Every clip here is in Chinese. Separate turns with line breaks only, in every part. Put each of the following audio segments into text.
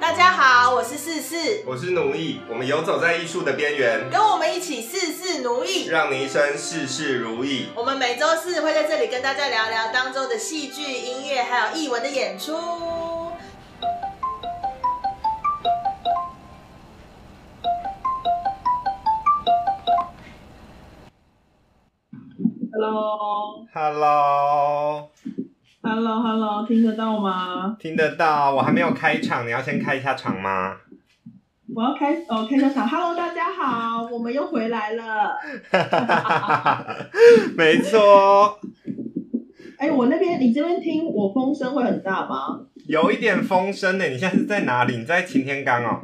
大家好，我是四四，
我是奴役，我们游走在艺术的边缘，
跟我们一起事事奴役。
让你一生事事如意。
我们每周四会在这里跟大家聊聊当周的戏剧、音乐还有艺文的演出。
Hello，Hello，Hello，
Hello，
听得到吗？
听得到？我还没有开场，你要先开一下场吗？
我要开哦，开个场。Hello，大家好，我们又回来了。
没错，
哎，我那边你这边听我风声会很大吗？
有一点风声呢。你现在是在哪里？你在擎天岗哦？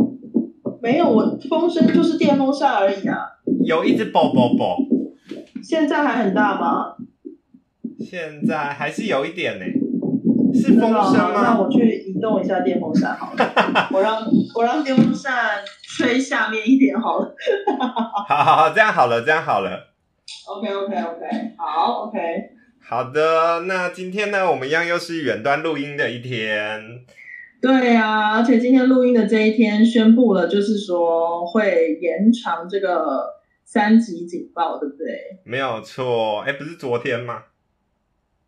没有，我风声就是电风扇而已啊。
有一只啵啵啵，
现在还很大吗？
现在还是有一点呢。是风声
真的那
吗？
我去移动一下电风扇好 了。我让我让电风扇吹下面一点好了。
好好好，这样好了，这样好了。
OK OK OK，好 OK。
好的，那今天呢，我们一样又是远端录音的一天。
对呀、而且今天录音的这一天宣布了，就是说会延长这个三级警报，对不对？
没有错，哎，不是昨天吗？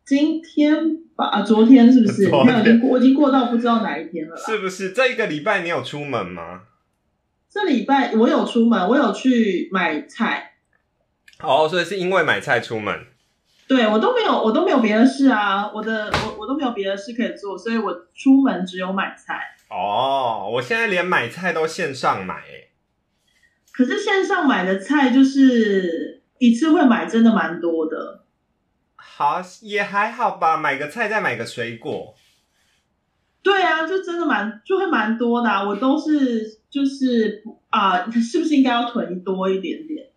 今天吧，啊，昨天是不是？
昨天
没有，已经过我已经过到不知道哪一天了啦。
是不是这一个礼拜你有出门吗？
这礼拜我有出门，我有去买菜，
哦，所以是因为买菜出门。
对我都没有，我都没有别的事啊，我的我我都没有别的事可以做，所以我出门只有买菜。
哦，我现在连买菜都线上买、哎
可是线上买的菜就是一次会买，真的蛮多的。
好也还好吧，买个菜再买个水果。
对啊，就真的蛮就会蛮多的、啊，我都是就是啊、是不是应该要囤多一点点？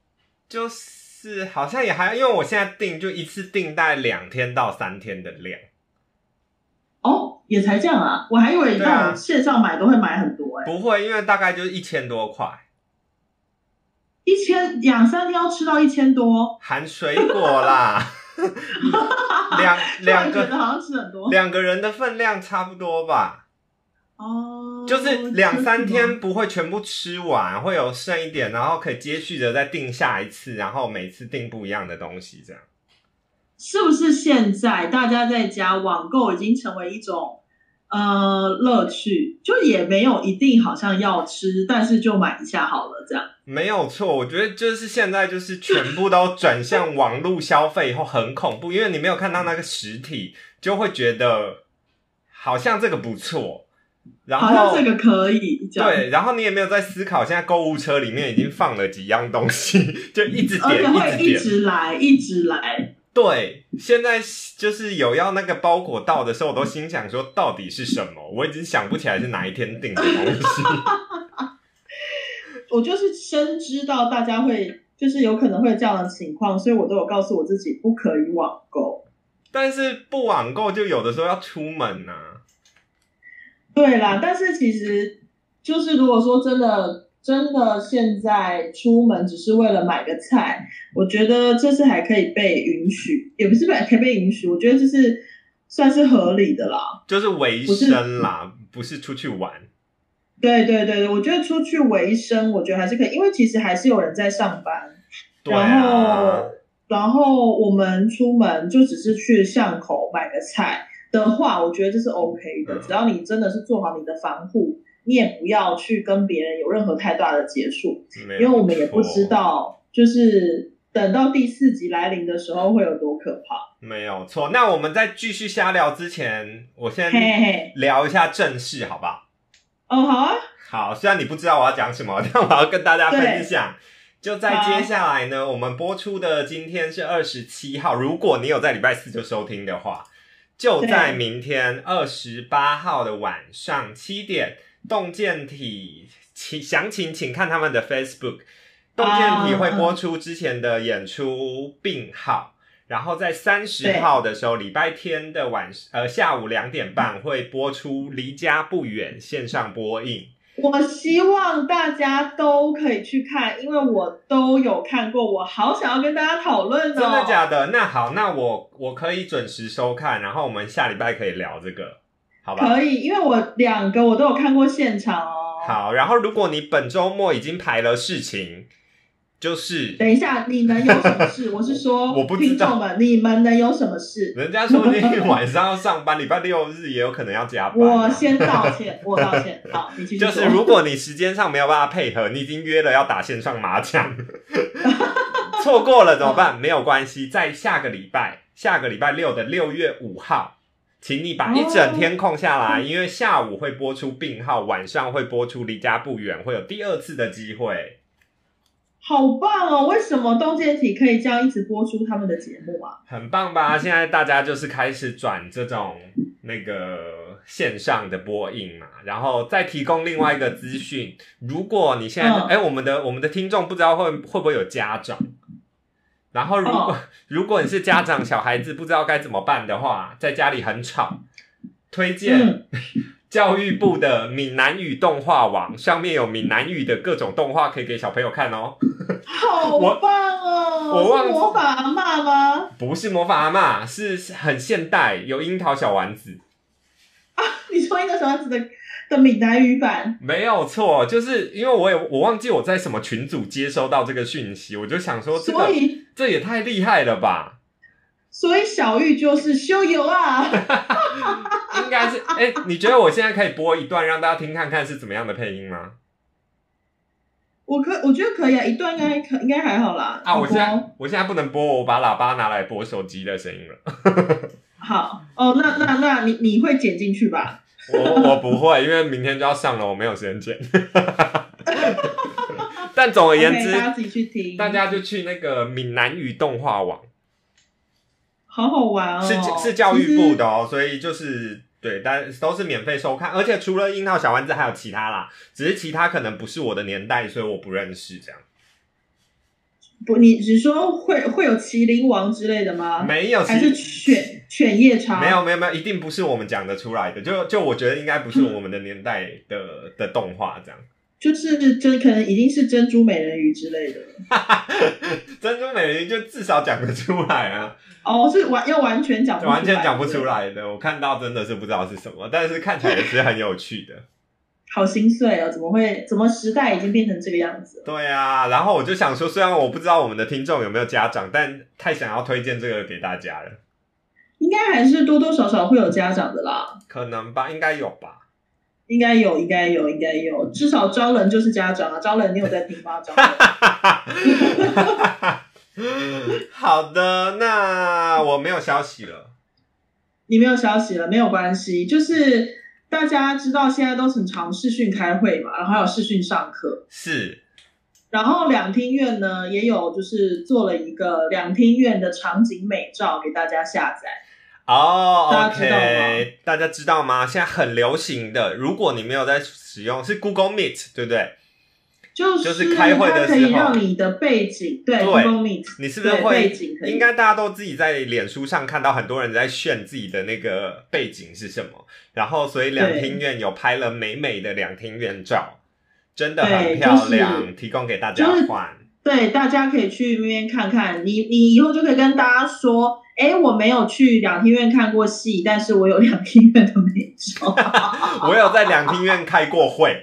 就是好像也还，因为我现在订就一次订大概两天到三天的量，
哦，也才这样啊，我还以为
对啊
那种线上买都会买很多哎、
不会，因为大概就是一千多块，
一千两三天要吃到一千多，
含水果 啦，两两
突然觉得
个
好像吃很多
两个人的分量差不多吧，
哦，
就是两三
真的吗
天不会全部吃完，会有剩一点，然后可以接续着再订下一次，然后每次订不一样的东西这样。
是不是现在大家在家网购已经成为一种呃乐趣，就也没有一定好像要吃，但是就买一下好了这样。
没有错，我觉得就是现在就是全部都转向网络消费以后很恐怖，因为你没有看到那个实体，就会觉得好像这个不错，然
好像
后
这个可以，这样
对，然后你也没有在思考现在购物车里面已经放了几样东 西，就一直
而且
点
哦会
一直点。
一直来，一直来。
对，现在就是有要那个包裹到的时候，我都心想说到底是什么，我已经想不起来是哪一天订的东 西。
我就是深知道大家会，就是有可能会有这样的情况，所以我都有告诉我自己不可以网购。
但是不网购就有的时候要出门呐、啊
对啦，但是其实就是如果说真的。真的，现在出门只是为了买个菜，我觉得这是还可以被允许，也不是被可以被允许，我觉得这是算是合理的啦。
就是维生啦，不是出去玩。
对对对对，我觉得出去维生，我觉得还是可以，因为其实还是有人在上班，
对
然
啊
后，然后我们出门就只是去巷口买个菜的话，我觉得这是 OK 的，
嗯
只要你真的是做好你的防护，你也不要去跟别人有任何太大的接触，
没有
因为我们也不
错
知，道，就是等到第四级来临的时候会有多可怕。
没有错。那我们在继续瞎聊之前，我先
嘿嘿，
聊一下正事，好不好？
哦好啊，
好，虽然你不知道我要讲什么，但我要跟大家分享。就在接下来呢，我们播出的今天是二十七号，如果你有在礼拜四就收听的话，就在
对
明天二十八号的晚上七点，洞见体，请详情请看他们的 Facebook。洞见体会播出之前的演出病号，然后在三十
对
号的时候，礼拜天的晚呃下午两点半会播出《离家不远》线上播映。
我希望大家都可以去看，因为我都有看过，我好想要跟大家讨论哦。
真的假的？那好，那我我可以准时收看，然后我们下礼拜可以聊这个。好吧？
可以，因为我两个我都有看过现场哦。，
好，然后如果你本周末已经排了事情，就是
等一下你能有什么事？我是说，
我不知
听
道
众们，你们能有什么事？
人家说不定晚上要上班，礼拜六日也有可能要加班啊、
我先道歉，我道歉。好，你继续
就
说。
是如果你时间上没有办法配合，你已经约了要打线上麻 将，错过了怎么办？没有关系，在下个礼拜，下个礼拜六的六月五号，请你把一整天空下来，
哦
因为下午会播出病号，晚上会播出离家不远，会有第二次的机会。
好棒哦！为什么东健体可以这样一直播出他们的节目啊？
很棒 吧？现在大家就是开始转这种那个线上的播映嘛，然后再提供另外一个资讯。如果你现在
嗯
哎、我们的我们的听众不知道会会不会有家长，然后如果、
嗯
如果你是家长，小孩子不知道该怎么办的话，在家里很吵，推荐、
嗯
教育部的闽南语动画网，上面有闽南语的各种动画可以给小朋友看哦。
好
我
棒哦！
我忘
是魔法阿妈吗？
不是魔法阿嬷，是是很现代，有樱桃小丸子。
你说一个什么样子的的闽南语版？
没有错，就是因为我也我忘记我在什么群组接收到这个讯息，我就想说这
所
个
以
这也太厉害了吧，
所以小玉就是修友啊！
应该是哎、你觉得我现在可以播一段让大家听看看是怎么样的配音吗？
我可我觉得可以啊，一段应该可应该还好啦。
啊，我现
好
在我现在不能播，我把喇叭拿来播手机的声音了。
好哦，那那那你你会剪进去吧？
我 我不会，因为明天就要上了，我没有时间剪。 但总而言
OK，
之
大家自己去听，
大家就去那个闽南语动画网。
好好玩哦。嗯
是是教育部的哦，所以就是对，但都是免费收看，而且除了樱桃小丸子还有其他啦，只是其他可能不是我的年代，所以我不认识这样。
其实不，你只说会会有麒麟王之类的吗？
没有，
啊还是啊
其
犬犬夜叉？
没有没有没有，一定不是我们讲得出来的，就就我觉得应该不是我们的年代的的动画这样。
就是真可能已经是珍珠美人鱼之类的
珍珠美人鱼就至少讲得出来啊，
哦，是完要完全讲不出来
完全讲不出，来的，我看到真的是不知道是什么，但是看起来也是很有趣的。
好心碎哦！怎么会？怎么时代已经变成这个样子了？
对啊，然后我就想说，虽然我不知道我们的听众有没有家长，但太想要推荐这个给大家了。
应该还是多多少少会有家长的啦，
可能吧，应该有吧。
应该有，应该有，应该有，至少招人就是家长啊，招人你有在听吗？招人
好的，那我没有消息了。
你没有消息了，没有关系，就是大家知道现在都很常视讯开会嘛，然后还有视讯上课，
是
然后两厅院呢也有就是做了一个两厅院的场景美照给大家下载。
哦、o
大家知道吗
k 大家知道吗？现在很流行的，如果你没有在使用，是 Google Meet，对不对？
就
就是开会的时候
它可以让你的背景对
对
Google Meet，
你是不是
对
会
背景可以
应该大家都自己在脸书上看到很多人在炫自己的那个背景是什么，然后所以两厅院有拍了美美的两厅院照，真的很
对
漂
就是
亮，提供给大家
就是
换。
对大家可以去那边看看。你你以后就可以跟大家说，哎，我没有去两厅院看过戏，但是我有两厅院的美照。
我有在两厅院开过会，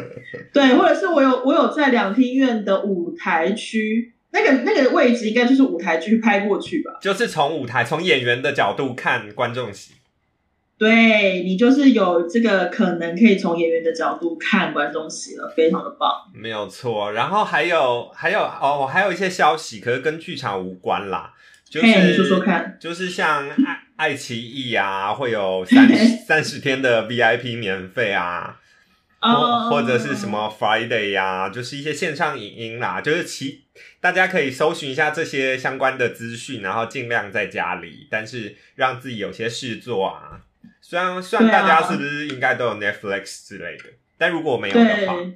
对，或者是我有我有在两厅院的舞台区。那个那个位置应该就是舞台区拍过去吧？
就是从舞台从演员的角度看观众席。
对你就是有这个可能，可以从演员的角度看观众席了，非常的棒。
没有错，然后还有还有哦，还有一些消息，可是跟剧场无关啦，就
嘿
是
你说说看，
就是像爱爱奇艺啊，会有三 三十天的 VIP 免费啊，或
哦
或者是什么 Friday 呀、就是一些线上影音啦，就是其大家可以搜寻一下这些相关的资讯，然后尽量在家里，但是让自己有些事做啊。虽然虽然
对
大
啊
家是不是应该都有 Netflix 之类的，但如果没有的话，
对，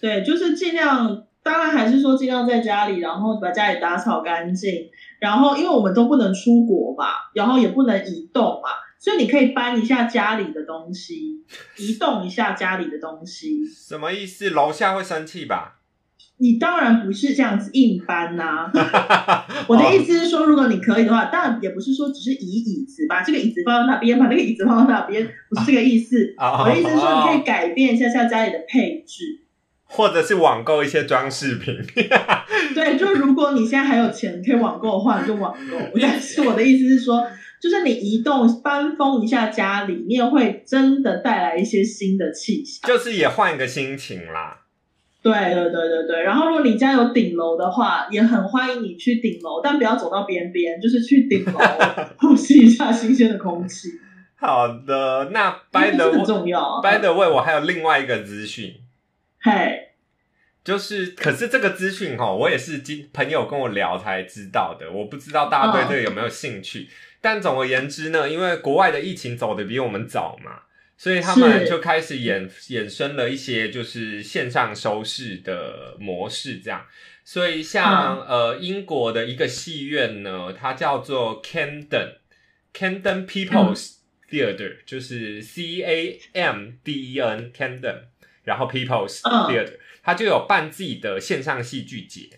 对，就是尽量，当然还是说尽量在家里，然后把家里打扫干净。然后，因为我们都不能出国嘛，然后也不能移动嘛，所以你可以搬一下家里的东西，移动一下家里的东西。
什么意思？楼下会生气吧？
你当然不是这样子硬搬 呐、 我的意思是说，如果你可以的话，当然也不是说只是移椅子吧，这个椅子放到那边，把那个椅子放到那边，不是这个意思。
啊，
我的意思是说，你可以改变一下下家里的配置。
或者是网购一些装饰品。
对，就如果你现在还有钱，你可以网购的话，你就网购。但是我的意思是说，就是你移动搬风一下家里，你也会真的带来一些新的气息。
就是也换一个心情啦。
对对对对对，然后如果你家有顶楼的话，也很欢迎你去顶楼，但不要走到边边，就是去顶 楼呼吸一下新鲜的空气，
好的，那
因
by
为
the
这很
way-
重要。啊
by the way，我还有另外一个资讯，
嘿，
就是可是这个资讯哈，我也是今朋友跟我聊才知道的，我不知道大家对这个有没有兴趣。但总而言之呢，因为国外的疫情走的比我们早嘛，所以他们
是
就开始衍衍生了一些就是线上收视的模式这样。所以像、呃英国的一个戏院呢，它叫做 Camden Camden People's Theatre，、就是 C A M D E N Camden，然后 People's
嗯
Theatre，、它就有办自己的线上戏剧节。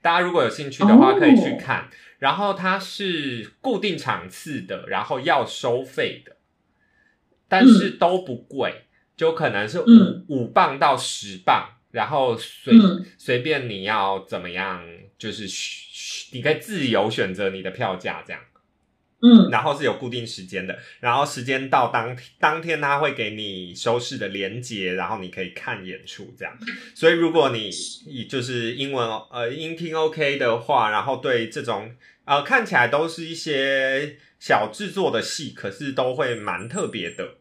大家如果有兴趣的话，可以去
哦
看。然后它是固定场次的，然后要收费的，但是都不贵，就可能是五、
嗯
五磅到十磅，然后随、
嗯
随便你要怎么样，就是嘘你可以自由选择你的票价这样，
嗯，
然后是有固定时间的，然后时间到当当天他会给你收视的连接，然后你可以看演出这样。所以如果你你就是英文呃音听 OK 的话，然后对这种呃看起来都是一些小制作的戏，可是都会蛮特别的，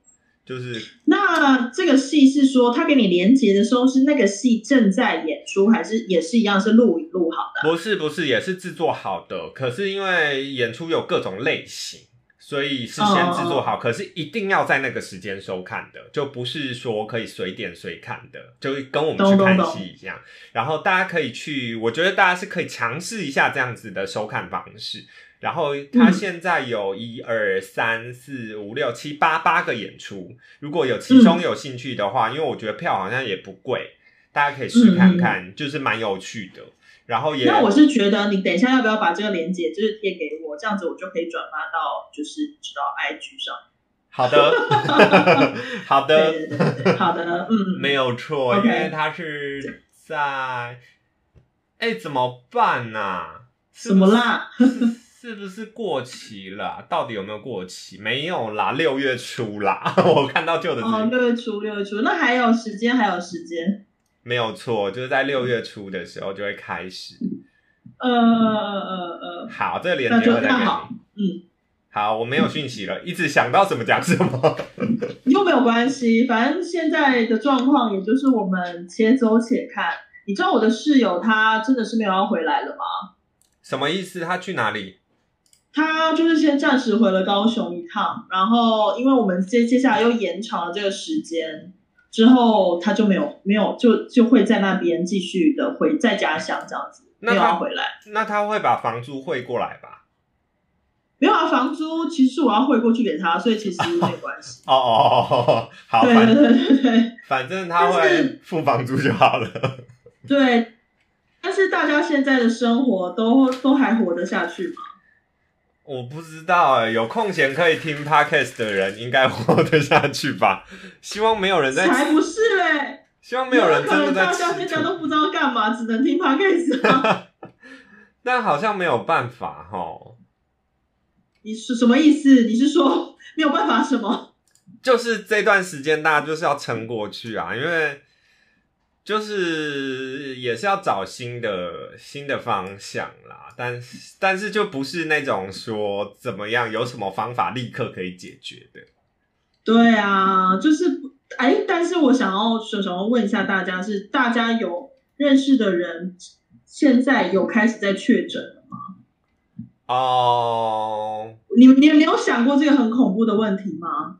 就是
那这个戏是说他给你连接的时候是那个戏正在演出，还是也是一样是录影录好的？
不是不是也是制作好的，可是因为演出有各种类型。所以是先制
哦
作好可是一定要在那个时间收看的，就不是说可以随点随看的，就跟我们去
懂
看
懂懂
戏一样。然后大家可以去，我觉得大家是可以尝试一下这样子的收看方式。然后它
嗯
现在有一二三四五六七八八个演出，如果有其
嗯
中有兴趣的话，因为我觉得票好像也不贵，大家可以试
嗯
看看，就是蛮有趣的。然后也
那我是觉得你等一下要不要把这个连接就是贴给我，这样子我就可以转发到就是你知道 IG 上。
好的， 好的，
对对对对，好的，嗯，
没有错
OK
因为它是在，哎，怎么办呐、
什么啦？
是是不是过期了啊、到底有没有过期？没有啦，六月初啦， 我看到旧的资
哦，
料、
六月初，六月初，那还有时间，还有时间。
没有错，就是在六月初的时候就会开始。
呃呃呃呃，
好，这个链
那
接
就
我再给
那
你。
好嗯，
好，我没有讯息了，一直想到什么讲什么。
又没有关系，反正现在的状况，也就是我们且走且看。你知道我的室友他真的是没有要回来了吗？
什么意思？他去哪里？
他就是先暂时回了高雄一趟，然后因为我们接接下来又延长了这个时间，之后他就没有没有就就会在那边继续的回在家乡这样子，
那
没有
他
要回来。
那他会把房租汇过来吧？。
没有啊，房租其实我要汇过去给他，所以其实没有关系
哦哦哦哦哦，好，
对对
反
对对对。
反正他
但
会
是
付房租就好了。
对，但是大家现在的生活都都还活得下去吗？
我不知道哎、有空闲可以听 podcast 的人应该活得下去吧？希望没有人在，
才不是嘞，
希望没有人
可
真的
能
在
大家
吃
现在
土。
都不知道干嘛，只能听 podcast 啊。
但好像没有办法哈，
你是什么意思？你是说没有办法什么？
就是这段时间大家就是要撑过去啊，因为就是也是要找新的新的方向啦，但是但是就不是那种说怎么样有什么方法立刻可以解决的。
对啊，就是哎，但是我想要想想要问一下大家是，大家有认识的人现在有开始在确诊了吗？
哦、
你你你有想过这个很恐怖的问题吗？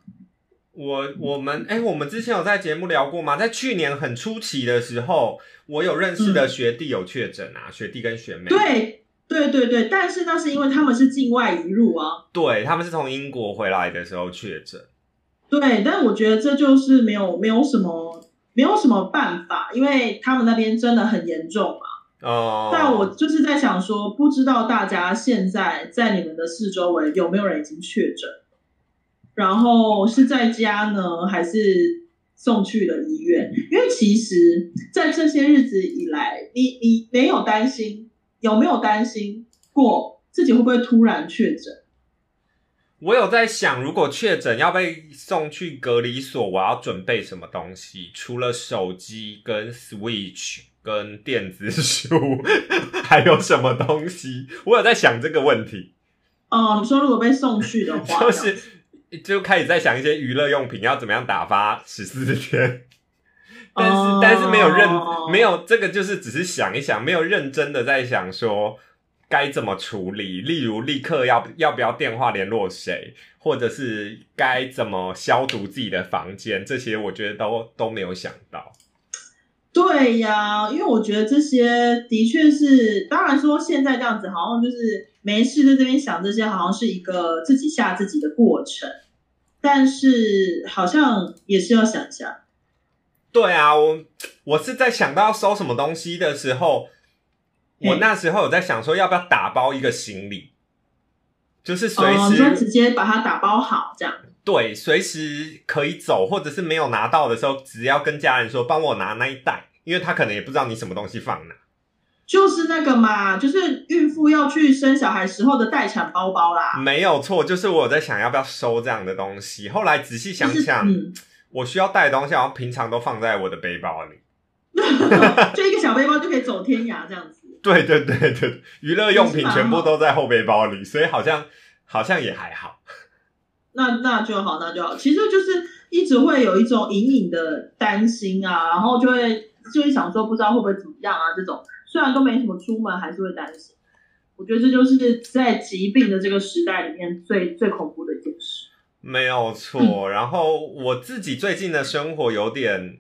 我我们哎、我们之前有在节目聊过吗？在去年很初期的时候，我有认识的学弟有确诊啊，学弟跟学妹，
嗯对对对对，但是那是因为他们是境外移入啊。
对，他们是从英国回来的时候确诊。
对，但我觉得这就是没有没有什么没有什么办法，因为他们那边真的很严重嘛。
哦，
但我就是在想说，不知道大家现在在你们的四周围有没有人已经确诊，然后是在家呢，还是送去了医院？因为其实，在这些日子以来，你你没有担心，有没有担心过自己会不会突然确诊？
我有在想，如果确诊要被送去隔离所，我要准备什么东西？除了手机、跟 Switch、跟电子书， 还有什么东西？我有在想这个问题，
哦，你说如果被送去的 话，
就是就开始在想一些娱乐用品要怎么样打发十四天。 但是、
哦
但是没有认没有这个就是只是想一想，没有认真的在想说该怎么处理，例如立刻要要不要电话联络谁，或者是该怎么消毒自己的房间，这些我觉得都都没有想到。
对呀，因为我觉得这些的确是，当然说现在这样子，好像就是没事在这边想这些，好像是一个自己吓自己的过程，但是好像也是要想一下，
对啊，我我是在想到要收什么东西的时候，
嗯
我那时候有在想说要不要打包一个行李，就是随
哦，你
时、
说直接把它打包好这样，
对，随时可以走，或者是没有拿到的时候，只要跟家人说帮我拿那一袋，因为他可能也不知道你什么东西放哪。
就是那个嘛，就是孕妇要去生小孩时候的待产包包啦，
没有错，就是我有在想要不要收这样的东西。后来仔细想
就是
想，
嗯，
我需要带的东西好像平常都放在我的背包里。
就一个小背包就可以走天涯这样子。
对对对对，娱乐用品
蛮好
全部都在后背包里，所以好像好像也还好。
那那就好，那就好。其实就是一直会有一种隐隐的担心啊，然后就会就会想说不知道会不会怎么样啊这种。虽然都没什么出门，还是会担心。我觉得这就是在疾病的这个时代里面最最恐怖的一件事。
没有错。然后我自己最近的生活有点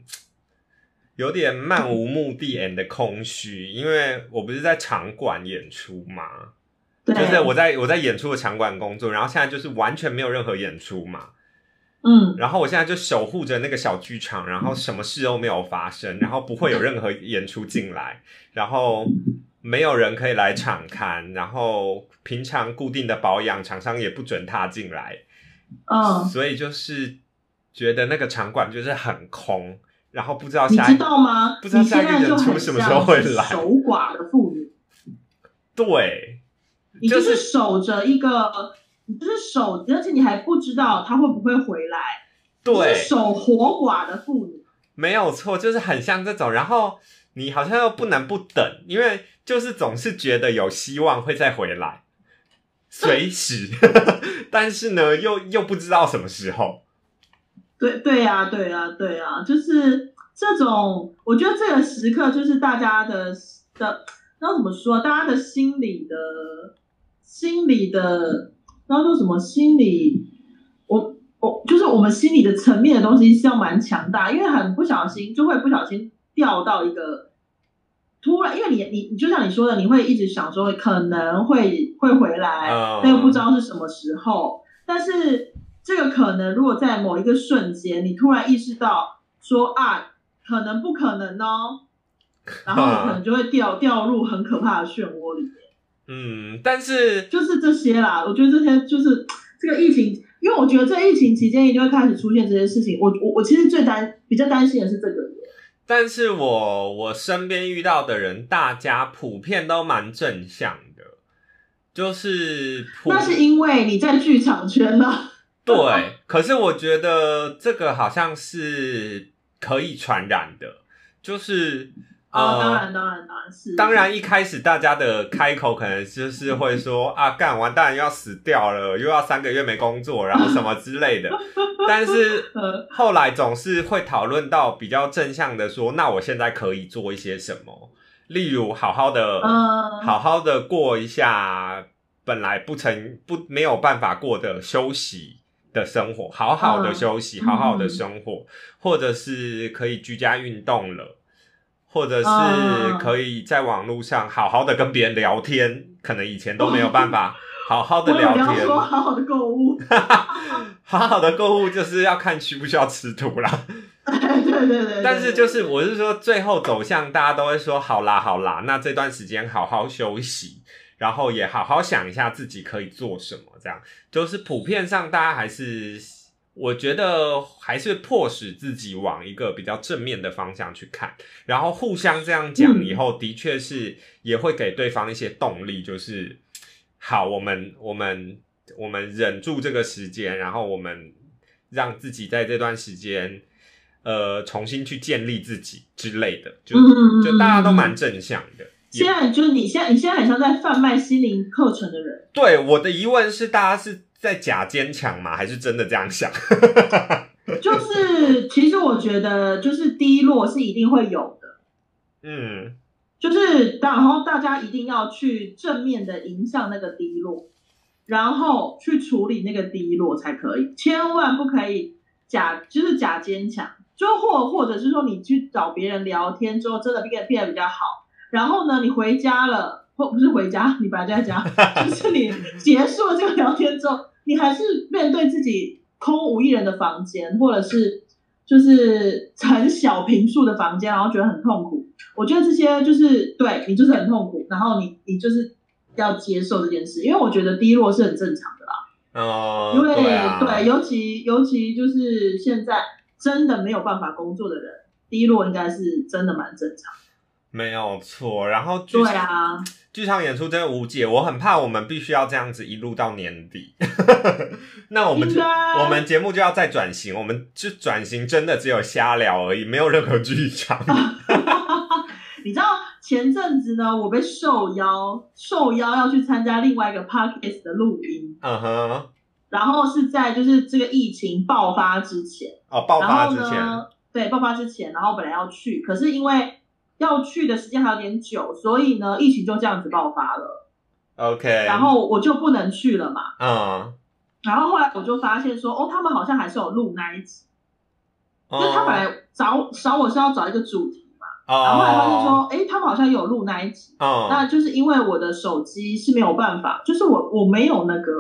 有点漫无目的 and 空虚，因为我不是在场馆演出嘛，
对，
就是我在我在演出的场馆工作，然后现在就是完全没有任何演出嘛，
嗯，
然后我现在就守护着那个小剧场，然后什么事都没有发生，然后不会有任何演出进来，然后。没有人可以来场刊，然后平常固定的保养，厂商也不准踏进来，
嗯，
所以就是觉得那个场馆就是很空，然后不知道
你
下
知
一
道吗？
不知道
你
下一
现
个
在就
演出
很
什么时候会来
像是守寡的妇 女，
对
你就
就是
是守着一个，你就是守，而且你还不知道他会不会回来，
对
就是守活寡的妇女。
没有错，就是很像这种，然后你好像又不能不等，因为就是总是觉得有希望会再回来，随 时，但是呢又又不知道什么时候。
对对呀、对呀、对呀、就是这种，我觉得这个时刻就是大家的的，要怎么说？啊大家的心理的，心理的，然后说什么心理，我我就是我们心理的层面的东西是要蛮强大，因为很不小心就会不小心掉到一个。突然，因为你你你就像你说的，你会一直想说可能会会回来，
嗯
但又不知道是什么时候。但是这个可能，如果在某一个瞬间，你突然意识到说啊，可能不可 能哦，然后你可能就会掉掉入很可怕的漩涡里面。
嗯，但是
就是这些啦，我觉得这些就是这个疫情，因为我觉得这疫情期间一定会开始出现这些事情。我我我其实最担比较担心的是这个耶，
但是我我身边遇到的人，大家普遍都蛮正向的，就是普
那是因为你在剧场圈了。嗯
对，可是我觉得这个好像是可以传染的，就是
啊、
呃
当然当然当然是，
当然一开始大家的开口可能就是会 说啊，干完蛋又要死掉了，又要三个月没工作，然后什么之类 的。但是
呃
后来总是会讨论到比较正向的说，那我现在可以做一些什么，例如好好的
嗯
呃好好的过一下本来不曾不没有办法过的休息的生活，好好的休息，
嗯
好好的生活，或者是可以居家运动了，或者是
嗯
可以在网络上好好的跟别人聊天，可能以前都没有办 法好好
我
的
有
聊
聊
天，
说 好好的购物，
好好的购物就是要看需不需要吃土啦。
对对对对，
但是就是我是说，最后走向大家都会说好啦好啦，那这段时间好好休息，然后也好好想一下自己可以做什么，这样就是普遍上大家还是我觉得还是迫使自己往一个比较正面的方向去看，然后互相这样
嗯
讲以后，的确是也会给对方一些动力，就是好，我们我们我们忍住这个时间，然后我们让自己在这段时间。呃，重新去建立自己之类的， 就
嗯
就大家都蛮正向的。也
现在就是你现在你现在很像在贩卖心灵课程的人，
对我的疑问是，大家是在假坚强吗？还是真的这样想？
就是其实我觉得就是低落是一定会有的，
嗯，
就是然后大家一定要去正面的迎向那个低落，然后去处理那个低落才可以，千万不可以假就是假坚强，就或或者是说你去找别人聊天之后真的变变得比较好，然后呢你回家了或不是回家，你本来就在家， 就是你结束了这个聊天之后，你还是面对自己空无一人的房间，或者是就是很小平数的房间，然后觉得很痛苦。我觉得这些就是对你就是很痛苦，然后你你就是要接受这件事，因为我觉得低落是很正常的啦，
哦、
因为
对啊，
对，尤其尤其就是现在真的没有办法工作的人，低落应该是真的蛮正常。
没有错。然后剧
对
场、
啊，
剧场演出真的无解，我很怕我们必须要这样子一路到年底。 那我们
应
就
该
我们节目就要再转型，我们就转型真的只有瞎聊而已，没有任何剧场。
你知道前阵子呢，我被受邀受邀要去参加另外一个 podcast 的录音，
嗯哼，
然后是在就是这个疫情爆发之前。
哦，爆
然
发
后
之
呢，
前，
对，爆发之前，然后本来要去，可是因为要去的时间还有点久，所以呢，疫情就这样子爆发了，
OK，
然后我就不能去了嘛。
嗯，
然后后来我就发现说，哦，他们好像还是有录那一集，因为
哦
他本来找找我是要找一个主题嘛，
哦，
然后后来他就说，哎，他们好像有录那一集，
嗯，
那就是因为我的手机是没有办法，就是我我没有那个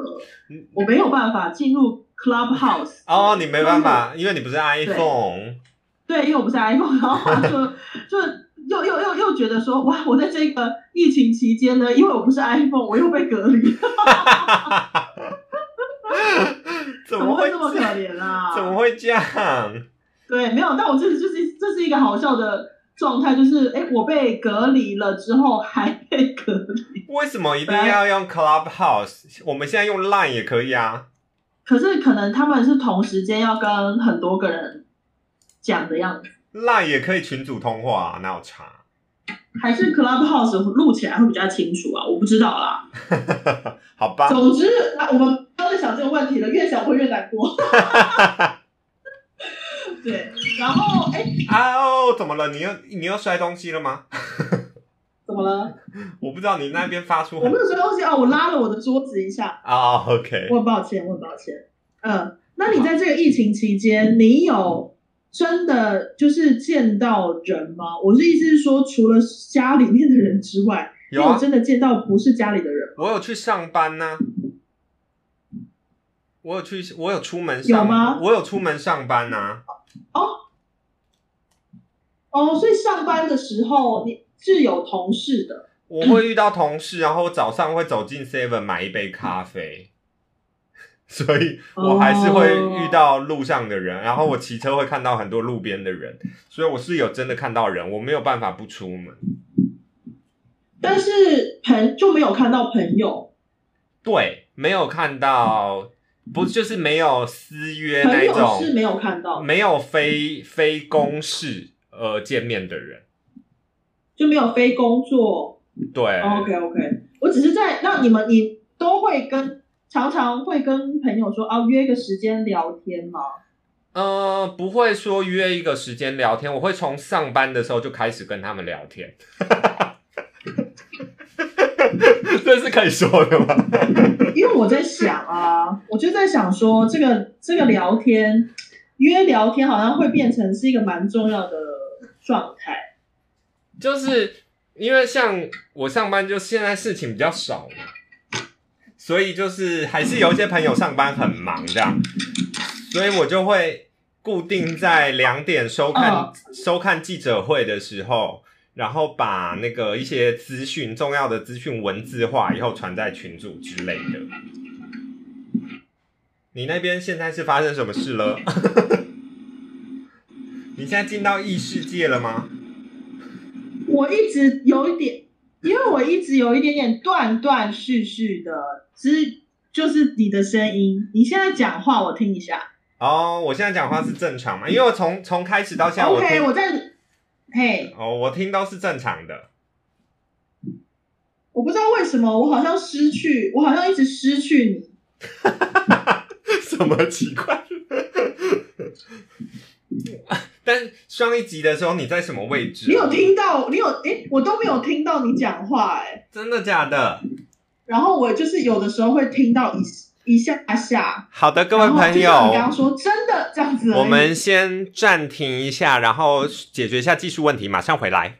嗯，
我没有办法进入 Clubhouse。
哦，你没办法，因为你不是 iPhone。
对，因为我不是 iPhone，然后他就就又又又又觉得说，哇，我在这个疫情期间呢，因为我不是 iPhone，我又被隔离，
怎
怎么
会
会这么可怜啊？
怎么会这样？
对，没有，但我这是就是这是一个好笑的状态，就是哎，我被隔离了之后还被隔离，
为什么一定要用 Clubhouse？我们现在用 Line 也可以啊。
可是可能他们是同时间要跟很多个人讲的样子，
Line 也可以群组通话、啊，哪有差？
还是 Clubhouse 录起来会比较清楚啊？我不知道啦。
好吧，
总之，啊，我们不要再想这个问题了，越想会越难 过。对，然后哎，
啊哦，怎么了？你又你又摔东西了吗？
怎么了？
我不知道你那边发出
我
很
没有摔东西哦，我拉了我的桌子一下，
啊、o k
我很抱歉，我很抱歉。嗯，那你在这个疫情期间，你有真的就是见到人吗？我是意思是说，除了家里面的人之外，你
有啊
有，真的见到不是家里的人吗？
我有去上班呢、我有去，我有出门
有
上，
吗
我有出门上班呐、
哦，所以上班的时候你是有同事的。
我会遇到同事，然后我早上会走进 Seven 买一杯咖啡， 所以我还是会遇到路上的人，然后我骑车会看到很多路边的人，所以我是有真的看到人，我没有办法不出门。
但是朋就没有看到朋友，
对，没有看到，不就是没有私约
朋
那一
友是
种，嗯
没有看到，
没有非非公事而见面的人。
就没有非工作。
对，
哦 OK OK，我只是在让你们，你都会跟常常会跟朋友说啊，约个时间聊天嘛。
呃，不会说约一个时间聊天，我会从上班的时候就开始跟他们聊天。 这是可以说的吗？
因为我在想啊，我就在想说，这个这个聊天约聊天好像会变成是一个蛮重要的状态。
就是因为像我上班，就现在事情比较少嘛，所以就是还是有一些朋友上班很忙这样，所以我就会固定在两点收看、
嗯
收看记者会的时候，然后把那个一些资讯、重要的资讯文字化，以后传在群组之类的。你那边现在是发生什么事了？ 你现在进到异世界了吗？
我一直有一点，因为我一直有一点点断断续续的，只就是你的声音。你现在讲话，我听一下。
哦，我现在讲话是正常吗？因为我从从开始到现在，我
OK，
听
我在，嘿，
哦，我听都是正常的。
我不知道为什么，我好像失去，我好像一直失去你。
什么奇怪？ 但上一集的时候你在什么位置？
你有？听到？你有？诶，我都没有听到你讲话、诶。
真的假的？
然后我就是有的时候会听到一一下下。
好的，各位
然后
朋
就像你刚刚
友，
说真的这样子而已，
我们先暂停一下，然后解决一下技术问题，马上回来。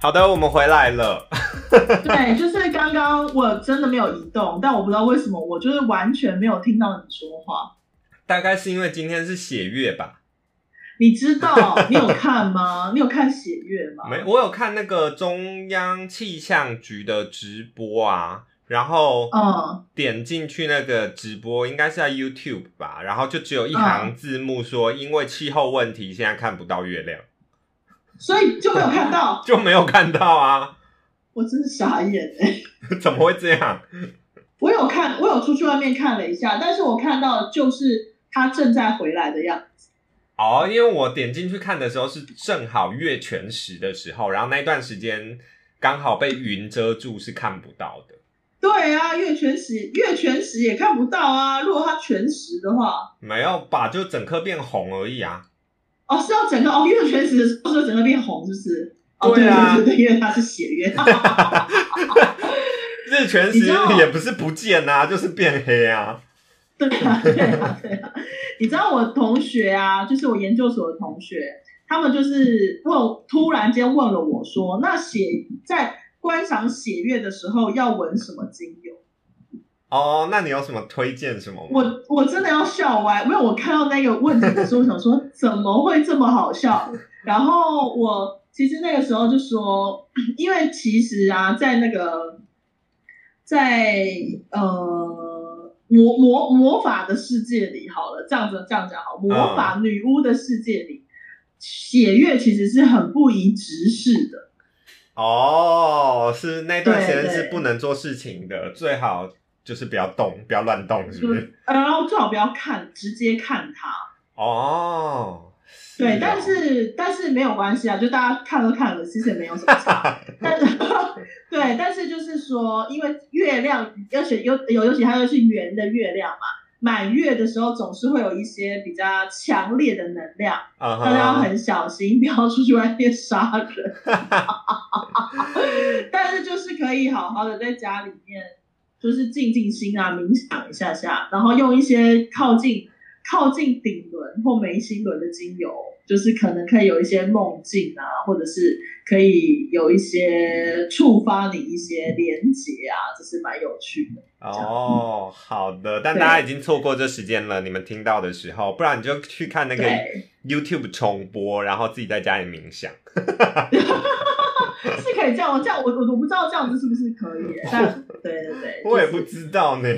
好的，我们回来了。
对，就是刚刚我真的没有移动，但我不知道为什么，我就是完全没有听到你说话。
大概是因为今天是血月吧？
你知道你有看吗？你有看血月吗？
没，我有看那个中央气象局的直播啊，然后
嗯，
点进去那个直播，应该是在 YouTube 吧，然后就只有
嗯
一行字幕说，因为气候问题，现在看不到月亮，
所以就没有看到，
就没有看到啊，
我真是傻眼哎、
怎么会这样？
我有看，我有出去外面看了一下，但是我看到就是他正在回来的样子。
哦，因为我点进去看的时候是正好月全食的时候，然后那段时间刚好被云遮住，是看不到的。
对啊，月全食月全食也看不到啊。如果他全食的话，
没有吧，就整颗变红而已啊。
哦，是要整个哦月全食的时候是整个变红，是不是？哦，
对啊
对对对，因为他是血月。
日全
你
食
知道
也不是不见啊，就是变黑啊。
对啊，对啊，对啊。你知道我同学啊，就是我研究所的同学，他们就是问，突然间问了我说，那写在观赏血月的时候要闻什么精油？
哦，那你有什么推荐什么吗？
我我真的要笑歪，因为我看到那个问题的时候，我想说怎么会这么好笑？然后我其实那个时候就说，因为其实啊，在那个在呃魔魔魔法的世界里，好了，这样子这样讲好，魔法女巫的世界里，血月其实是很不宜直视的。
哦，是那段时间
对对
是不能做事情的，最好就是不要动，不要乱动，是不是？
呃然后最好不要看，直接看它。
哦，
对，
哦
但是但是没有关系啊，就大家看都看了，其实也没有什么差。但是对，但是就是说，因为月亮，而且尤有尤其它又是圆的月亮嘛，满月的时候总是会有一些比较强烈的能量，
嗯哼
大家要很小心，不要出去外面 杀人。但是就是可以好好的在家里面，就是静静心啊，冥想一下下，然后用一些靠近靠近顶轮或眉心轮的精油，就是可能可以有一些梦境啊，或者是可以有一些触发你一些连结啊，这是蛮有趣的。
哦，好的，但
对
大家已经错过这时间了，你们听到的时候，不然你就去看那个
对，
YouTube 重播，然后自己在家里冥想。
是可以这样，我这样我我我不知道这样子是不是可以，但对对对，
我也
就是
不知道呢，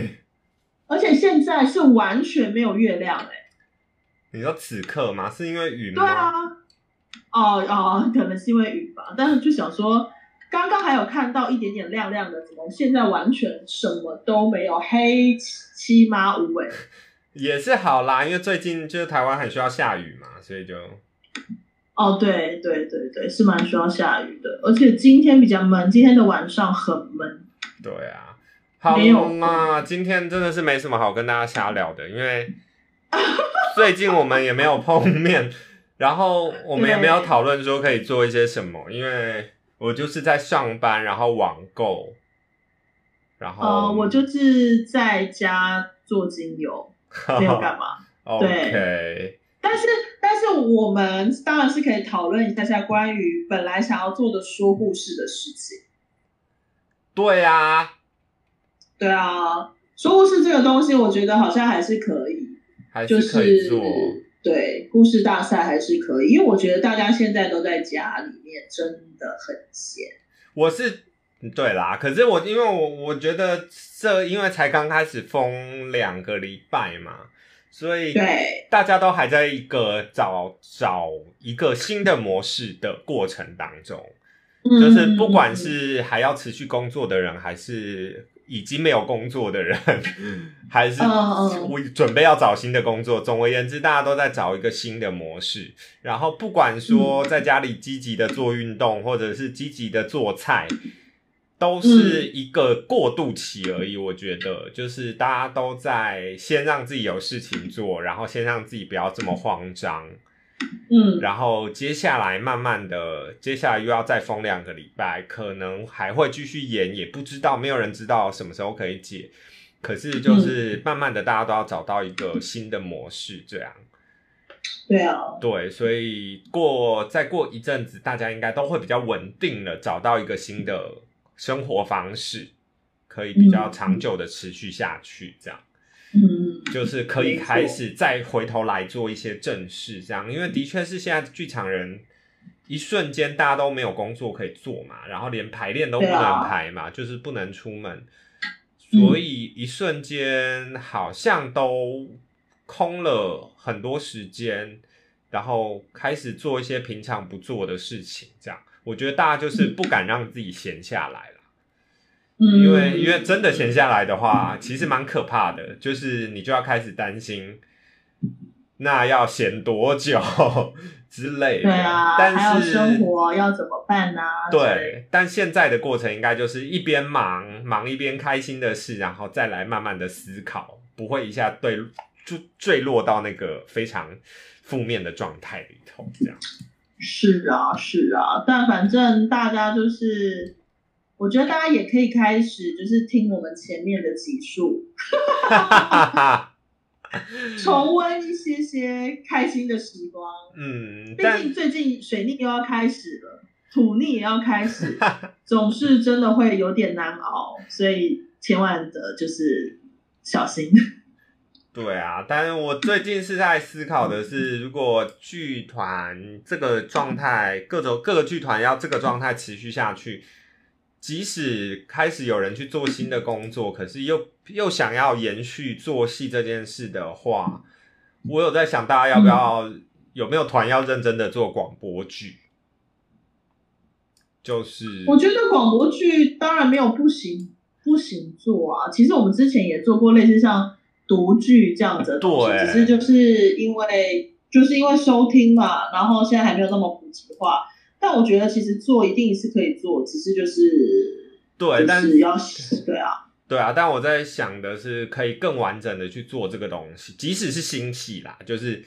而且现在是完全没有月亮哎、
你说此刻吗？是因为云
对
吗？
啊，哦哦，可能是因为雨吧，但是就想说，刚刚还有看到一点点亮亮的，怎么现在完全什么都没有，黑漆麻乌哎。
也是好啦，因为最近就是台湾很需要下雨嘛，所以就
哦，对对对对，是蛮需要下雨的，而且今天比较闷，今天的晚上很闷。
对啊，好
没有
嘛，今天真的是没什么好跟大家瞎聊的，因为 最近我们也没有碰面，然后我们也没有讨论说可以做一些什么，因为我就是在上班，然后网购，然后、
呃，我就是在家做精油，没有干嘛。
OK，
但是，但是我们当然是可以讨论一下下关于本来想要做的说故事的事情。
对啊，
对啊，说故事这个东西，我觉得好像还是可以，
还
就是
可以做。
对故事大赛还是可以，因为我觉得大家现在都在家里面，真的很闲。
我是对啦，可是我因为我我觉得这因为才刚开始封两个礼拜嘛，所以
对
大家都还在一个找找一个新的模式的过程当中，
嗯
就是不管是还要持续工作的人，还是已经没有工作的人， 还是
嗯嗯
我准备要找新的工作。总而言之，大家都在找一个新的模式。然后不管说
嗯
在家里积极的做运动，或者是积极的做菜，都是
嗯
一个过渡期而已。我觉得，就是大家都在先让自己有事情做，然后先让自己不要这么慌张。
嗯
然后接下来慢慢的，接下来又要再封两个礼拜，可能还会继续延，也不知道，没有人知道什么时候可以解。可是就是慢慢的，大家都要找到一个新的模式，这样
对啊，
对，所以过再过一阵子，大家应该都会比较稳定了，找到一个新的生活方式，可以比较长久的持续下去，这样。
嗯
就是可以
没错
开始再回头来做一些正事，这样，因为的确是现在剧场人一瞬间大家都没有工作可以做嘛，然后连排练都不
对啊
能排嘛，就是不能出门，所以一瞬间好像都空了很多时间，然后开始做一些平常不做的事情，这样，我觉得大家就是不敢让自己闲下来了。
嗯，
因为因为真的闲下来的话，其实蛮可怕的，就是你就要开始担心，那要闲多久之类的。
对啊，还
但
有
是
生活要怎么办呢、啊？
对，但现在的过程应该就是一边忙忙一边开心的事，然后再来慢慢的思考，不会一下坠就坠落到那个非常负面的状态里头，这样。
是啊，是啊，但反正大家就是，我觉得大家也可以开始，就是听我们前面的集数，重温一些些开心的时光。
嗯，
毕
但
竟最近水逆又要开始了，土逆也要开始，总是真的会有点难熬，所以千万的就是小心。
对啊，但是我最近是在思考的是，如果剧团这个状态，各种各个剧团要这个状态持续下去，即使开始有人去做新的工作，可是又又想要延续做戏这件事的话，我有在想，大家要不要有没有团要认真的做广播剧？就是
我觉得广播剧当然没有不行不行做啊，其实我们之前也做过类似像独剧这样子的东西，
对
只是就是因为就是因为收听嘛，然后现在还没有那么普及化。但我觉得其实做一定是可以做，只是就是
对，但
就是要对啊，
对啊，但我在想的是，可以更完整的去做这个东西，即使是新戏啦，就是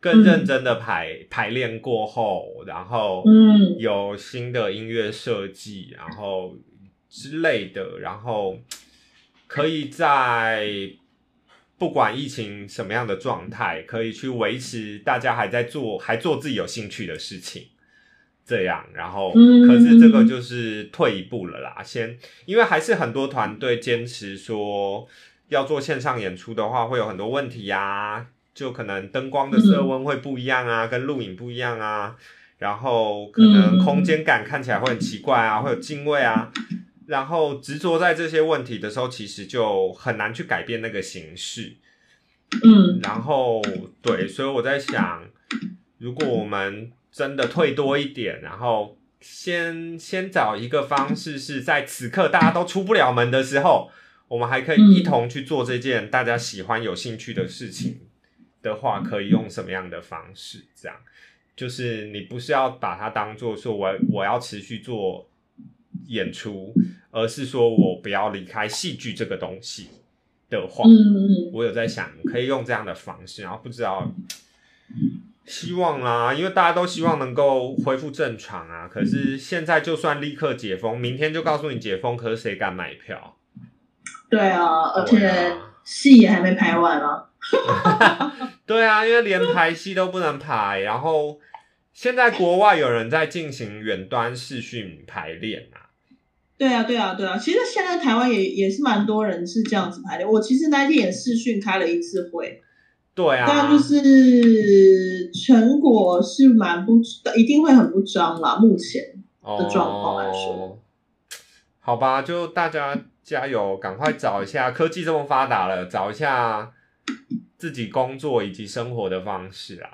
更
嗯
认真的排、排练过后，然后
嗯
有新的音乐设计，然后之类的，然后可以在不管疫情什么样的状态，可以去维持大家还在做还做自己有兴趣的事情。这样，然后
嗯
可是这个就是退一步了啦。先，因为还是很多团队坚持说要做线上演出的话，会有很多问题呀、就可能灯光的色温会不一样啊，跟录影不一样啊，然后可能
嗯
空间感看起来会很奇怪啊，会有敬畏啊。然后执着在这些问题的时候，其实就很难去改变那个形式。
嗯，
然后对，所以我在想，如果我们真的退多一点，然后先先找一个方式，是在此刻大家都出不了门的时候，我们还可以
嗯
一同去做这件大家喜欢、有兴趣的事情的话，可以用什么样的方式？这样就是你不是要把它当做说我我要持续做演出，而是说我不要离开戏剧这个东西的话，
嗯嗯
我有在想，可以用这样的方式，然后不知道，希望啦，因为大家都希望能够恢复正常啊。可是现在就算立刻解封，明天就告诉你解封，可是谁敢买票？
对啊，而
对
且
啊
戏也还没排完啊，
对啊，因为连排戏都不能排，然后现在国外有人在进行远端视讯排练啊，
对啊，对啊，对啊。其实现在台湾也也是蛮多人是这样子排练。我其实那一天也视讯开了一次会，
对啊
但，就是成果是蛮不，一定会很不彰啦。目前
哦，
状况啊来说
好吧，就大家加油，赶快找一下，科技这么发达了，找一下自己工作以及生活的方式啊，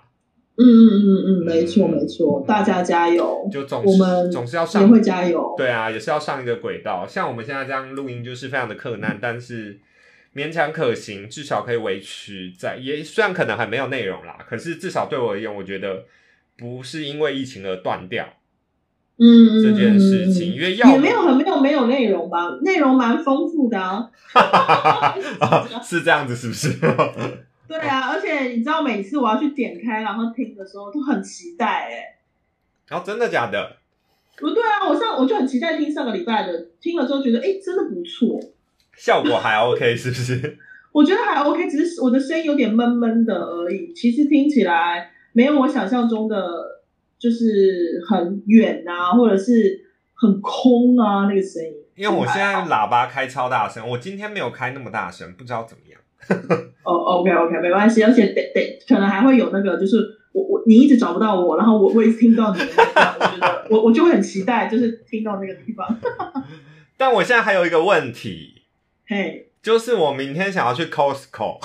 嗯嗯嗯嗯，没错
嗯
没错，大家加油，
就总
我们
是总是要
也
上
会加油。
对啊，也是要上一个轨道。像我们现在这样录音，就是非常的困难，但是勉强可行，至少可以维持在也虽然可能还没有内容啦，可是至少对我而言，我觉得不是因为疫情而断掉
嗯，嗯
这件事情，
嗯嗯
因为要
也没 有很没有没有内容吧，内容蛮丰富的啊。
啊是这样子，是不是？
对啊，而且你知道每次我要去点开然后听的时候都很期待哎、
然哦后真的假的？
不对啊，我上我就很期待听上个礼拜的，听了之后觉得哎真的不错，
效果还 OK 是不是？
我觉得还 OK，只是我的声音有点闷闷的而已。其实听起来没有我想象中的就是很远啊，或者是很空啊那个声音。
因为我现在喇叭开超大声，我今天没有开那么大声，不知道怎么样。
哦、o k OK，没关系，而且得得可能还会有那个，就是我我你一直找不到我，然后我我一直听到你的那个，我觉得我我就会很期待，就是听到那个地方。
但我现在还有一个问题，
嘿，
就是我明天想要去 Costco，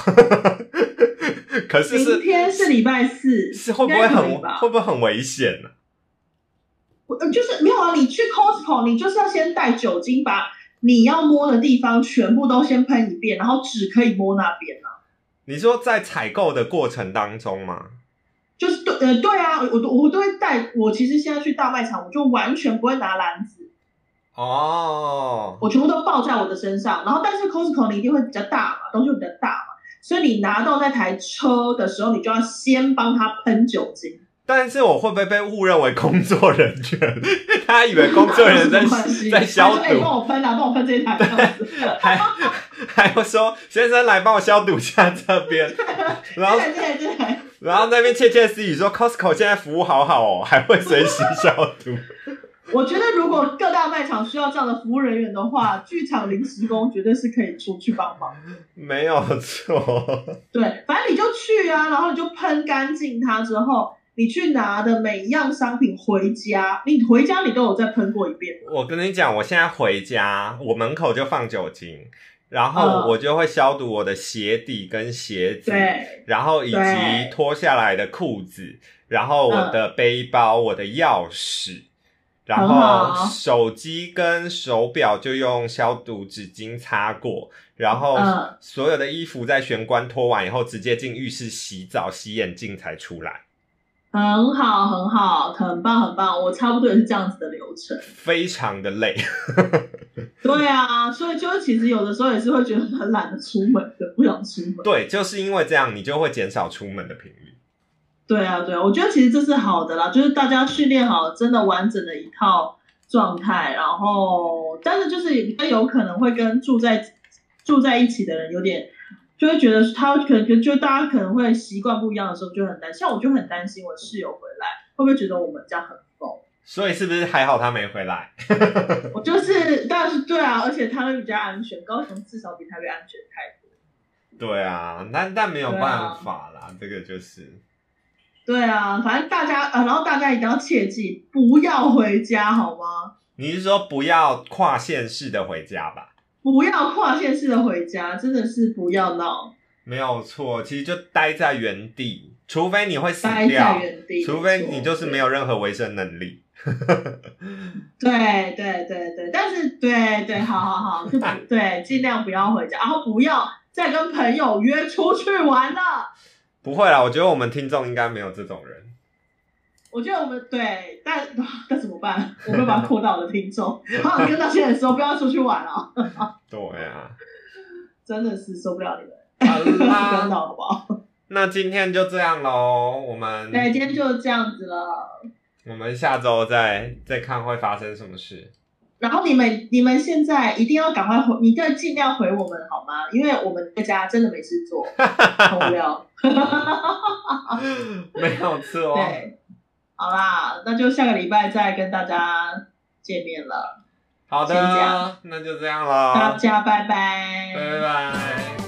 可是
明
是
天是礼拜四，
是会不
应
会
该可以
很
吧
会？不会很危险啊呢、
我呃就是没有啊，你去 Costco，你就是要先带酒精，把你要摸的地方全部都先喷一遍，然后只可以摸那边啊。
你说在采购的过程当中吗？
就是对呃对啊，我我我都会带。我其实现在去大卖场，我就完全不会拿篮子，
哦，
我全部都抱在我的身上。然后但是 Costco 你一定会比较大嘛，东西会比较大嘛，所以你拿到那台车的时候，你就要先帮他喷酒精。
但是我会不会被误认为工作人员？ 他以为工作人员在
没关系
在消
他说哎
毒，
帮我喷啊，帮我喷这一台。这样子
还还会说先生来帮我消毒一下这 边， 然
这
后
台这台这台，
然后那边窃窃私语说 Costco 现在服务好好哦， 还会随时消 毒。
我觉得如果各大卖场需要这样的服务人员的话，剧场临时工绝对是可以出去帮忙。
没有错，
对，反正你就去啊，然后你就喷干净它之后，你去拿的每一样商品回家，你回家你都有再喷过一遍。
我跟你讲，我现在回家，我门口就放酒精，然后
嗯
我就会消毒我的鞋底跟鞋子，
对，
然后以及
对嗯
脱下来的裤子，然后我的背包、我的钥匙，然
很
后
好
手机跟手表就用消毒纸巾擦过，然后
嗯
所有的衣服在玄关脱完以后，直接进浴室洗澡、洗眼镜才出来，
很好，很好，很棒，很棒。我差不多也是这样子的流程。
非常的累。
对啊，所以就是其实有的时候也是会觉得很懒得出门的，不想出门。
对，就是因为这样，你就会减少出门的频率。
对啊，对啊，我觉得其实这是好的啦，就是大家训练好真的完整的一套状态，然后但是就是比较有可能会跟住在住在一起的人有点，就会觉得他可能就大家可能会习惯不一样的时候就很担心，像我就很担心我室友回来会不会觉得我们家很疯，
所以是不是还好他没回来？
我就是当然是对啊，而且他会比较安全，高雄至少比台北安全太多。
对啊，那但没有办法啦，这个就是
对啊，反正大家呃，然后大家一定要切记不要回家好吗？
你是说不要跨县市的回家吧？
不要跨县市的回家，真的是不要闹，
没有错，其实就待在原地，除非你会死
待
掉
在，原地，
除非你就是没有任何维生能力。
对对对对，但是对对，好好 好，就不对，尽量不要回家，然后不要再跟朋友约出去玩了。
不会啦，我觉得我们听众应该没有这种人。
我觉得我们对，但 那怎么办？我们把它扩到我的 听众，好想跟那些人说不要出去玩了，
对啊，
真的是受不了你们，
好
不 要
啦，
闹好不好？
那今天就这样喽，我们
对，今天就这样子了。
我们下周再再看会发生什么事。
然后你们你们现在一定要赶快回，你一定要尽量回我们好吗？因为我们在家真的没事 做，好无聊。
没有错。哦
啊对，好啦，那就下个礼拜再跟大家见面了。
好
先这样
的，那就这样喽，
大家拜
拜拜。